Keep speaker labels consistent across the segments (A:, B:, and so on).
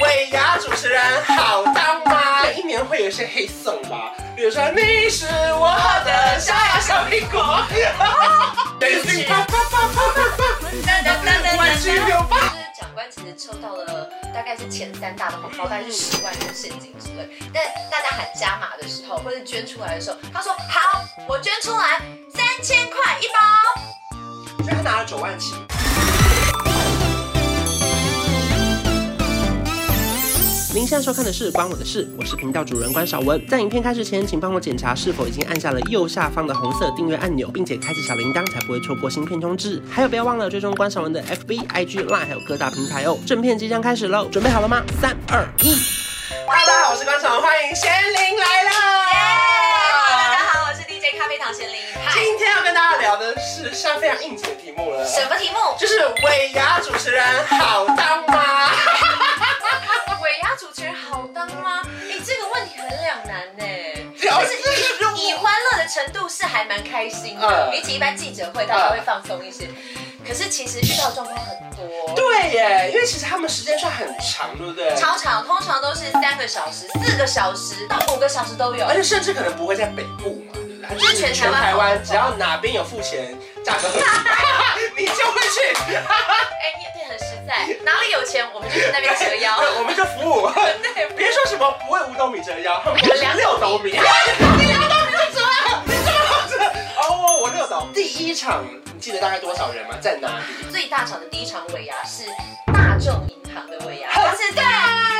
A: 尾牙主持人好当吗？一年会有一些黑送吧，比如说你是我的小呀小苹果， 对，是啪啪啪啪啪啪，
B: 噔噔噔噔
A: 弯曲
B: 噔
A: 六八。
C: 就是长官其实抽到了大概是前三大的红包，大概是十万元现金之类。但大家喊加码的时候，或者捐出来的时候，他说好，我捐出来三千块一包。
A: 所以他拿了九万七。您现在收看的是《关我的事》，我是频道主人关少文。在影片开始前，请帮我检查是否已经按下了右下方的红色订阅按钮，并且开启小铃铛，才不会错过新片通知。还有，不要忘了追踪关少文的 FB、IG、Line，还有各大平台哦。正片即将开始喽，准备好了吗？三、二、一。Hello，大家好，我是关少文，欢迎贤玲来
C: 耶、大
A: 啦。
C: 家好，我是 DJ 咖啡糖贤玲。嗨，
A: 今天要跟大家聊的是现在非常应景的题目了。
C: 什么题目？
A: 就是尾牙主持人好当 吗？
C: 尾牙主持人好当吗？哎、这个问题很两难呢、
A: 聊
C: 但
A: 这
C: 是
A: 个任
C: 以
A: 务，
C: 欢乐的程度是还蛮开心的，
A: 嗯
C: 比起一般记者会，大家会放松一些。可是其实遇到的状况很多。
A: 对耶，因为其实他们时间算很长，对不对？
C: 超长通常都是三个小时、四个小时到五个小时都有
A: 而。
C: 哎
A: 且甚至可能不会在北部嘛，对不对？它
C: 就是全台湾
A: 台湾，只要哪边有付钱，价格合 理，你就会去，
C: 哎，你也变很实在，哪里有钱我们就去那边折 腰。
A: 对我们就服务。
C: 对，
A: 别说什么不为五斗米折腰，我
C: 们
A: 是
C: 两
A: 六斗
C: 斗
A: 米
C: 米，
A: 你两斗米就折了，你这么好吃？ 哦，我六斗。第一场你记得大概多少人吗？在哪里？
C: 最大场的第一场尾牙是大众银行的尾牙，它是在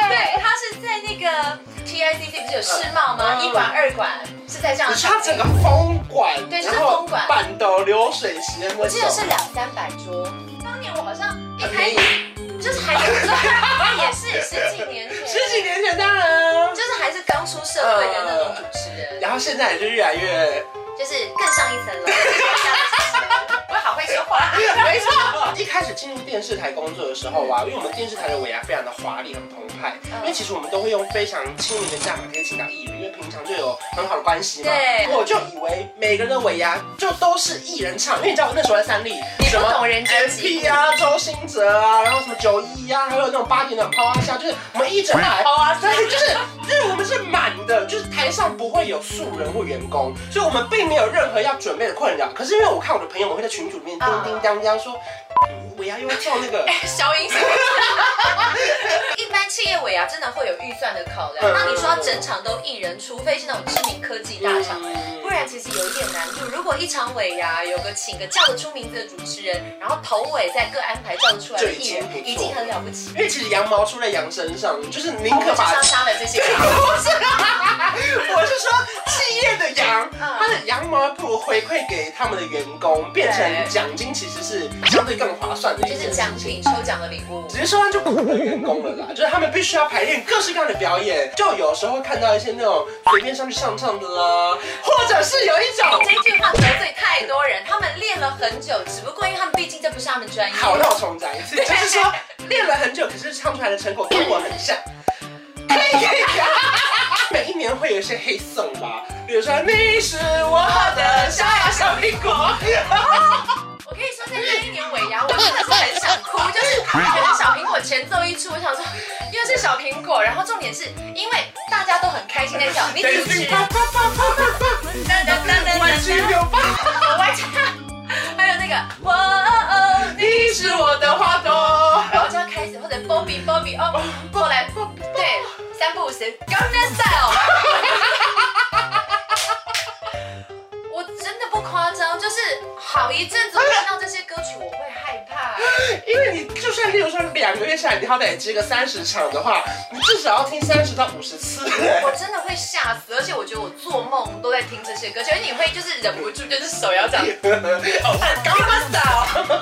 C: 对，它是在那个 TICC 不是有世贸吗？
A: 嗯
C: 一馆、二馆是在这样
A: 你。是它整个风管，
C: 对就是
A: 然后
C: 风管
A: 半斗流水席的那种。
C: 我记得是两三百桌，当年我好像一开始就是还有， 也是十几年前，
A: 十几年前当然，啊
C: 就是还是刚出社会的那种主持人。
A: 然后现在也就越来越，
C: 就是更上一层楼。 我好会说 话，
A: 啊没错。 一开始进入电视台工作的时候啊，因为我们电视台的尾牙非常的华丽、很澎湃，因为其实我们都会用非常亲民的价码可以请到艺人，因为平常就有很好的关系嘛。
C: 对
A: 我就以为每个人的尾牙就都是艺人唱，因为你知道我那时候在三立，
C: 你不懂人间
A: M
C: 疾
A: P
C: 苦。
A: 啊、周兴哲啊，然后什么九一啊，还有那种八点档抛啊下，就是我们一整排抛啊，对，就是就是我们是满的，就是台上不会有素人或员工，所以我们并没有任何要准备的困扰。可是因为我看我的朋友们会在群组里面叮叮当当说，嗯我要又要做那个，
C: 哎小隐形。 一般企业尾牙真的会有预算的考量
A: 嗯，
C: 那你说要整场都一人，除非是那种知名科技大厂。不然其实有一点难度。如果一场尾牙有个请个叫得出名字的主持人，然后头尾再各安排叫得出来的艺
A: 就已经不
C: 人，
A: 错
C: 已经很了不起。
A: 因为其实羊毛出在羊身上，就是宁
C: 我
A: 可
C: 就
A: 把
C: 像杀了这些人，
A: 不是，我是说企业的羊，
C: 嗯
A: 它的羊毛不如回馈给他们的员工，变成奖金，其实是相对更划算的一
C: 就
A: 件
C: 是
A: 事
C: 奖
A: 情。
C: 品抽奖的礼物。
A: 只是说就不能员工了啦，就是他们必须要排练各式各样的表演，就有时候会看到一些那种随便上去上唱的啦，或者是有一种
C: 这句话得罪太多人，他们练了很久，只不过因为他们毕竟这不是他们专业。
A: 好，让我重讲一次，就是说练了很久，可是唱出来的成果跟我很像。每一年会有一些黑送吧，比如说你是我的小呀小苹果，
C: 我可以说在那一年尾牙，我真的是很想哭，就是觉得小苹果前奏一出，我想说又是小苹果，然后重点是因为大家都很开心在跳，你主持人
A: 啪啪啪啪啪啪，
C: 噔噔噔噔
A: 玩具
C: 噔
A: 有吧？
C: 噔，外加还有那个哇哦哦，
A: 你是我的花朵。
C: 然后就要开始或者 Bobby Bobby 哦，后来对三不五时 g a n a Style。我真的不夸张，就是好一阵子我看到这些歌曲，我会害怕。
A: 因为你就算例如说两个月下来，你好歹也接个三十场的话，你至少要听三十到五十 次。
C: 我真的会吓死，而且我觉得我做梦都在听这些歌曲，而且你会就是忍不住就是手要 这样。
A: 哦，刚刚到，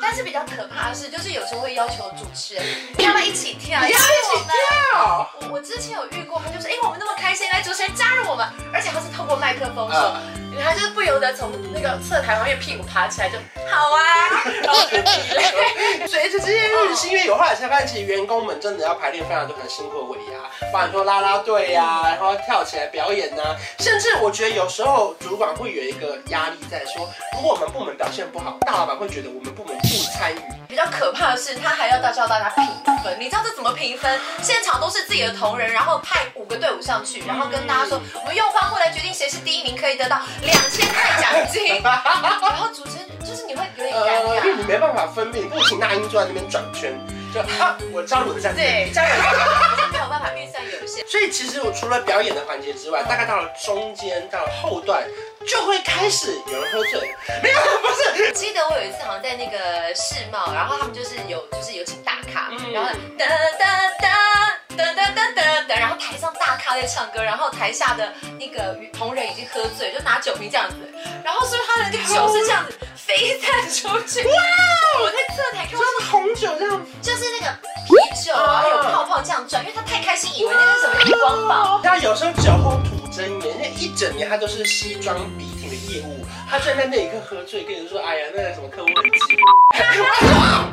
C: 但是比较可怕的是，就是有时候会要求主 持人要不要一起跳，
A: 你要一起跳。
C: 我我之前有遇过，他就是哎、我们那么开心，来主持人加入我们，而且他是透过麦克风说，因为他就是不由得从那个侧台旁边屁股爬起来就好啊， 然后就起来。
A: 随着这些日新月异，我后来才发现，其实员工们真的要排练非常多很辛苦的尾牙，包含说啦啦队呀、然后跳起来表演呐、甚至我觉得有时候主管 会有一个压力在说，如果我们部门表现不好，大老板会觉得我们部门不参与。
C: 比较可怕的是，他还要大叫大家评分，你知道这怎么评分？现场都是自己的同仁，然后派五个队伍上去，然后跟大家说，我们用欢呼来决定谁是第一名，可以得到两千块奖 金。然后主持人就是你会有点尴
A: 呃，因为
C: 尬，
A: 你没办法分辨，不行，那英就在那边转圈，就啊，我加入我的战队。
C: 对，当然就是没有办法预算有限。
A: 所以其实我除了表演的环节之外，大概到了中间，到了后段，就会开始有人喝醉，没有，不是，
C: 记得我有一次好像在那个世贸，然后他们就是有就是有请大咖，
A: 嗯
C: 然后哒哒哒哒哒哒哒哒，然后台上大咖在唱歌，然后台下的那个同仁已经喝醉，就拿酒瓶这样子，然后所以他的那个酒是这样子飞散出去，哇！我在侧台看
A: 就，是红酒这样，
C: 就是那个啤酒啊
A: 啊
C: 有泡泡这样转，因为他太开心，以为那是什么荧光棒。
A: 他有时候酒后吐真言，那一整年他都是西装笔挺的业务，他就在那一刻喝醉，跟人说，哎呀，那个什么客户很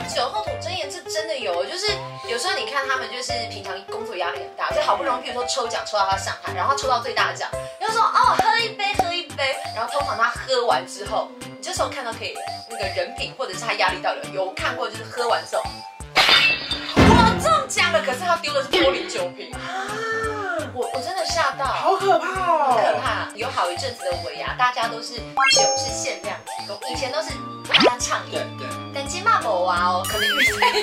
A: 急，
C: 酒后吐真言，这真的有，就是有时候你看他们就是平常工作压力很大，就好不容易，譬如说抽奖抽到他上海，然后抽到最大奖，然后说哦喝一杯喝一杯，然后通常他喝完之后，你这时候看到可以嗯那个人品或者是他压力到了，有看过就是喝完之后，我中奖了，可是他丢的是玻璃酒瓶，
A: 啊，
C: 我我真的吓到。
A: 好可怕
C: 很可
A: 哦，
C: 怕，有好一阵子的尾牙，大家都是酒是限量提供，以前都是大家畅饮
A: 对，对。
C: 但今嘛某啊哦，可能预 算也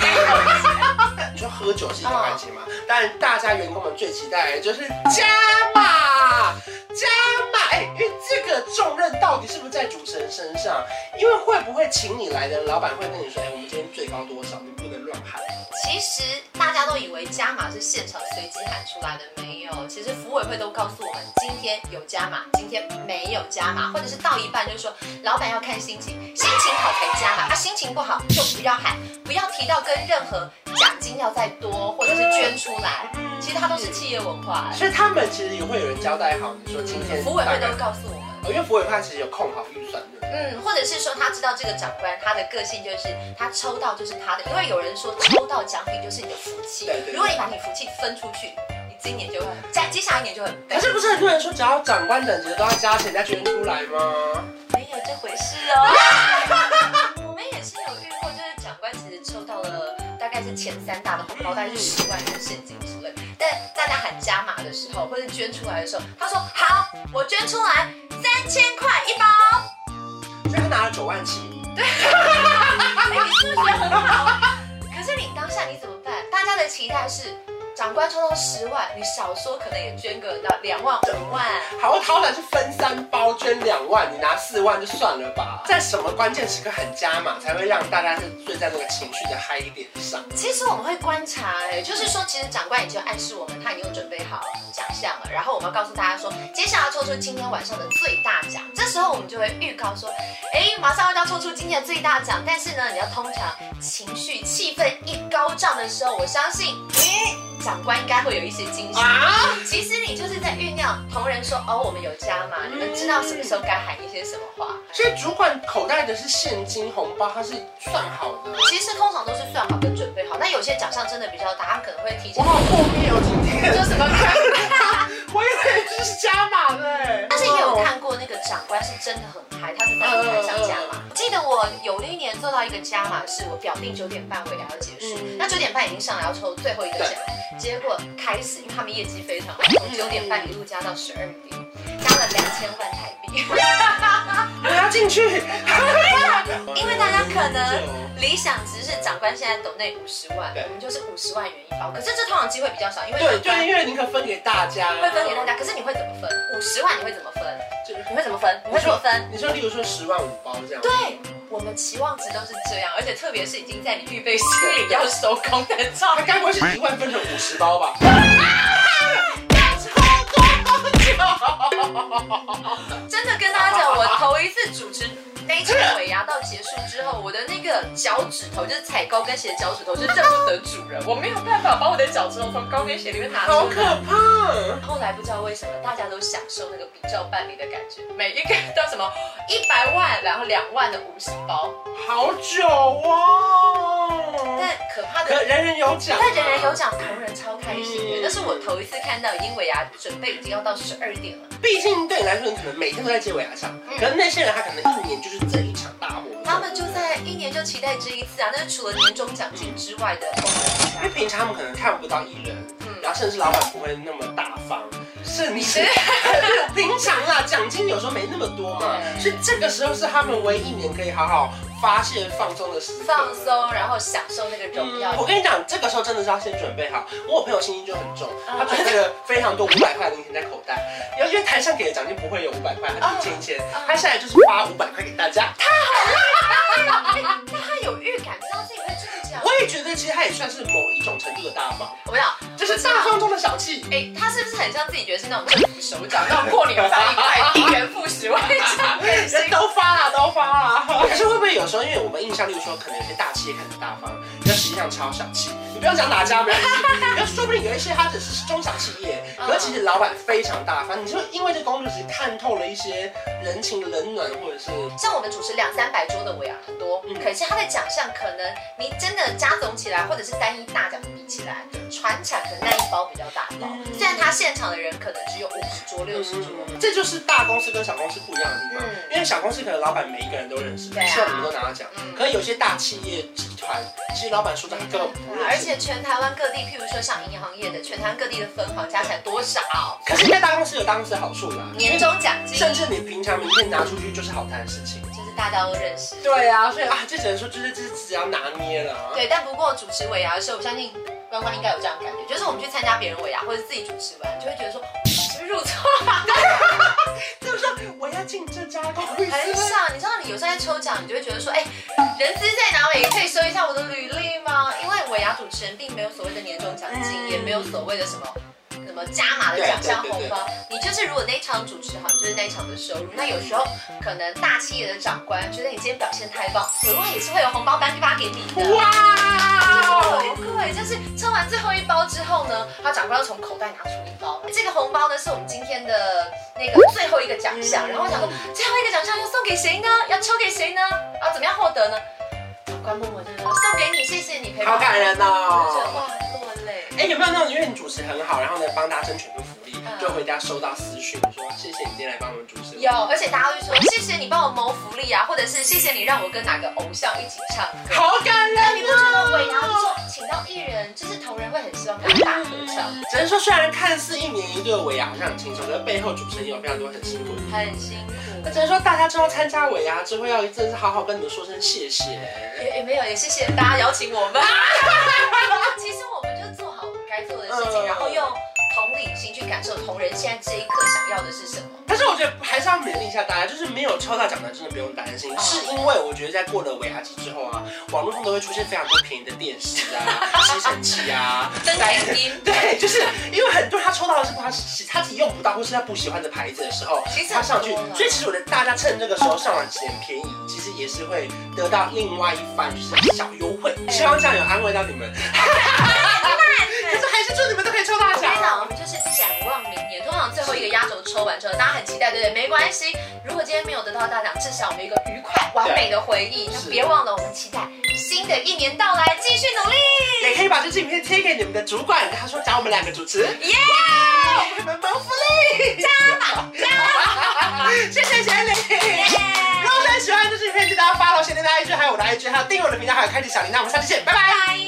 A: 你说喝酒是一个环节嘛？但大家员工们最期待的就是加码，加码！哎，因为这个重任到底是不是在主持人身上？因为会不会请你来的老板会跟你说，哎，我们今天最高多少？你不能乱喊。
C: 其实大家都以为加码是现场随机喊出来的，没有。其实服委会都告诉我们，今天有加码，今天没有加码，或者是到一半就说老板要看心情，心情好才加码，他、啊心情不好就不要喊，不要提到跟任何奖金要再多，或者是捐出来。其实它都是企业文化、
A: 所以他们其实也会有人交代好，你说今天
C: 嗯服委
A: 大
C: 会
A: 概
C: 都告诉我们。
A: 哦因为服委会他其实有控好预算的。
C: 嗯，或者是说他知道这个长官他的个性就是他抽到就是他的，因为有人说抽到奖品就是你的福气。
A: 对对对
C: 如果你把你福气分出去，你今年就会很，下接下来一年就会很
A: 可是不是很多人说，只要长官等级都要加钱再捐出来吗？
C: 没有这回事哦。我们也是有遇过，就是长官其实抽到了大概是前三大的红包，大概是十万元现金之类。但大家喊加码的时候，或者捐出来的时候，他说好，我捐出来三千块一包。
A: 所以他拿了九万七，
C: 哎，你数学很好，啊可是你当下你怎么办？大家的期待是，长官抽到十万，你少说可能也捐个到两万、五万。
A: 好好歹是分三包捐两万，你拿四万就算了吧。在什么关键时刻很加码，才会让大家是醉在那个情绪的嗨点上？
C: 其实我们会观察、哎，就是说，其实长官已经暗示我们，他已经有准备好奖项了，然后我们要告诉大家说，接下来要抽出今天晚上的最大奖。这时候我们就会预告说，哎，马上要抽出今天的最大奖，但是呢，你要通常情绪气氛一高涨的时候，我相信，咦，长官应该会有一些惊喜。
A: 啊！
C: 其实你就是在酝酿，同仁说哦，我们有加嘛，你
A: 嗯
C: 们知道什么时候该喊一些什么话。
A: 所以主管口袋的是现金红包，它是算好的。
C: 其实通常都是算好跟准备好，那有些奖项真的比较大，他可能会提
A: 我
C: 前
A: 好破灭哦，今天
C: 说什么。
A: 我以为这是加码的哎。
C: 但是也有看过那个长官是真的很嗨，他是在舞台上加
A: 嗯
C: 码。记得我有那一年做到一个加码，是我表定九点半回来要结束，
A: 嗯
C: 那九点半已经上来要抽最后一个奖，结果开始因为他们业绩非常好，从九点半一路加到十二点，加了两千万台币。
A: 我要进去，
C: 因为大家可能理想值是长官现在抖内五十万，
A: 对
C: 我们就是五十万元一包，可是这通常机会比较少，因为
A: 对
C: 长官
A: 对，因为宁可分给大家，
C: 会分给大家，可是你会怎么分？五十万你会怎么分？
A: 就是
C: 你会怎么分？你会怎么分？
A: 你说，例如说十万五包这样，
C: 对，我们期望值都是这样，而且特别是已经在你预备心里要收工的状
A: 他
C: 态，
A: 啊该不会是一万分成五十包吧？
C: 真的跟大家讲，我头一次主持那一场尾牙到结束之后，我的那个脚趾头就是踩高跟鞋的脚趾头，就认不得主人，我没有办法把我的脚趾头从高跟鞋里面拿出来。
A: 好可怕！
C: 后来不知道为什么，大家都享受那个比照办理的感觉，每一个人都什么一百万，然后两万的五十包，
A: 好久哦。
C: 但可怕
A: 可
C: 的。
A: 人人有奖，啊
C: 但人人有奖，同仁超开心的。
A: 嗯
C: 那是我头一次看到英伟牙准备已经要到十二点了，
A: 啊毕竟对你来说，你可能每天都在接尾牙上，可是那些人他可能一年就是
B: 就是这一场大活动。
C: 嗯他们就在一年就期待这一次啊，那除了年终奖金之外的功
A: 因
C: 能
A: 为平常他们可能看不到艺人，
C: 嗯
A: 然后甚至老板不会那么大方，甚至 平常啦，奖金有时候没那么多嘛，
C: 对
A: 所以这个时候是他们唯一一年可以好好发泄放松的时刻。
C: 放松，然后享受那个荣
A: 嗯
C: 耀。
A: 我跟你讲，这个时候真的是要先准备好。我有朋友心机就很重，
C: 嗯
A: 他准备了非常多五百块的零钱在口袋，因为因为台上给的奖金不会有五百块，他就是一千一千
C: 嗯，
A: 他下来就是发五百块给大家。
C: 那他有预感，知道自己会中奖。
A: 我也觉得其实他也算是某一种程度的大方，
C: 我想，
A: 就是大方中的小气。
C: 哎、他是不是很像自己觉得是那种政府首长，那种过年发一块，一人付十万这样的心
A: 人 都发啦，都发啦。可是会不会有时候，因为我们印象，例如说，可能有些大企业看着大方，但实际上超小气。你不要讲哪家，不要意思，你要说不定有一些它只是中小企业，可是其实老板非常大方。你就因为这工作只看透了一些人情冷暖，或者是
C: 像我们主持两三百桌的尾牙很多，
A: 嗯
C: 可是他的奖项可能你真的加总起来，或者是单一大奖比起来，传产的那一包比较大包。
A: 嗯
C: 虽然他现场的人可能只有五十桌、六十桌，
A: 这就是大公司跟小公司不一样的地方
C: 嗯。
A: 因为小公司可能老板每一个人都认识，
C: 对啊
A: 希望你们都拿到奖。
C: 嗯
A: 可是有些大企业集团，其实老板说的他根本不认
C: 对
A: 识。
C: 而且全台湾各地，譬如说像银行业的，全台湾各地的分行加起来多少？
A: 可是，在大公司有大公司的好处啦，
C: 年终奖金
A: 甚至你平常名片拿出去就是好谈的事情。
C: 就是大家都认识。
A: 对啊，所以啊，这只能说就是这只要拿捏了啊。
C: 对，但不过主持尾牙的时候，我相信关关应该有这样的感觉，就是我们去参加别人尾牙或者自己主持完，就会觉得说，哦是不是入错了？
A: 就是说我要进这家公
C: 很
A: 司。
C: 少，你知道你有时候在抽奖，你就会觉得说，哎、人资在哪里？可以收一下我的履历吗？因为尾牙主持人并没有所谓的年终奖金，
A: 嗯
C: 也没有所谓的什么。什么加码的奖项红包？你就是如果那一场主持好，你就是那一场的收入。那有时候可能大企业的长官觉得你今天表现太棒，额外也是会有红包单发给你的。
A: 哇哦！
C: 对，就是抽完最后一包之后呢，他长官又从口袋拿出一包，这个红包呢是我们今天的那个最后一个奖项。
A: 嗯
C: 然后我想说，最后一个奖项要送给谁呢？要抽给谁呢？啊，怎么样获得呢？哦长官默默的送给你，谢谢你陪伴。
A: 好感人
C: 我就觉得
A: 哦。
C: 哇，落泪。
A: 哎，有没有那种因为你主持很好，然后呢帮大家争取很多福利，
C: 嗯
A: 就回家收到私讯说谢谢你今天来帮我们主持。
C: 有，而且大家会说谢谢你帮我谋福利啊，或者是谢谢你让我跟哪个偶像一起唱歌。
A: 好感人
C: 那哎你不觉得尾牙
A: 哦。
C: 说请到艺人，就是同仁会很希望跟大合唱，
A: 只能说，虽然看似一年一度的尾牙好像很轻松，可是背后主持人也有非常多很辛苦的地方。
C: 很辛苦
A: 那。只能说，大家之后参加尾牙之后，要真的是好好跟你们说声谢谢。
C: 也也没有，也谢谢大家邀请我们。其实我们就做好我们该做的事情，
A: 嗯
C: 然后用同理心去感受同人现在这一刻想要的是什么。
A: 但是我觉得还是要勉励一下大家，就是没有抽到奖的真的不用担心，
C: 嗯
A: 是因为我觉得在过了尾牙期之后啊，网络上都会出现非常多便宜的电视 啊、吸尘器啊、
C: 真开心。
A: 对，就是因为很多人他抽到的是他他自己用不到或是他不喜欢的牌子的时候嗯
C: 其，实
A: 他上去
C: 很多，啦
A: 所以其实我觉得大家趁这个时候上网捡便宜，其实也是会得到另外一番就是小优惠。希望这样有安慰到你们，可是还是祝你们都可以抽到
C: 我跟
A: 奖
C: 你。讲，我们就是展望明年。通常最后一个压轴抽完之后，大家很期待，对不对？没关系，如果今天没有得到大奖，至少我们有一个愉快完美的回忆。
A: 是
C: 那别忘了，我们期待新的一年到来，继续努力。
A: 也可以把这支影片贴给你们的主管，跟他说找我们两个主持。
C: 耶、
A: 你们谋福利，谢谢贤玲。如果大家喜欢这支影片，记得要 follow 贤玲的 IG，还有我的 IG，还有订阅我的频道，还有开启小铃铛。我们下期见，拜拜。
C: 拜拜。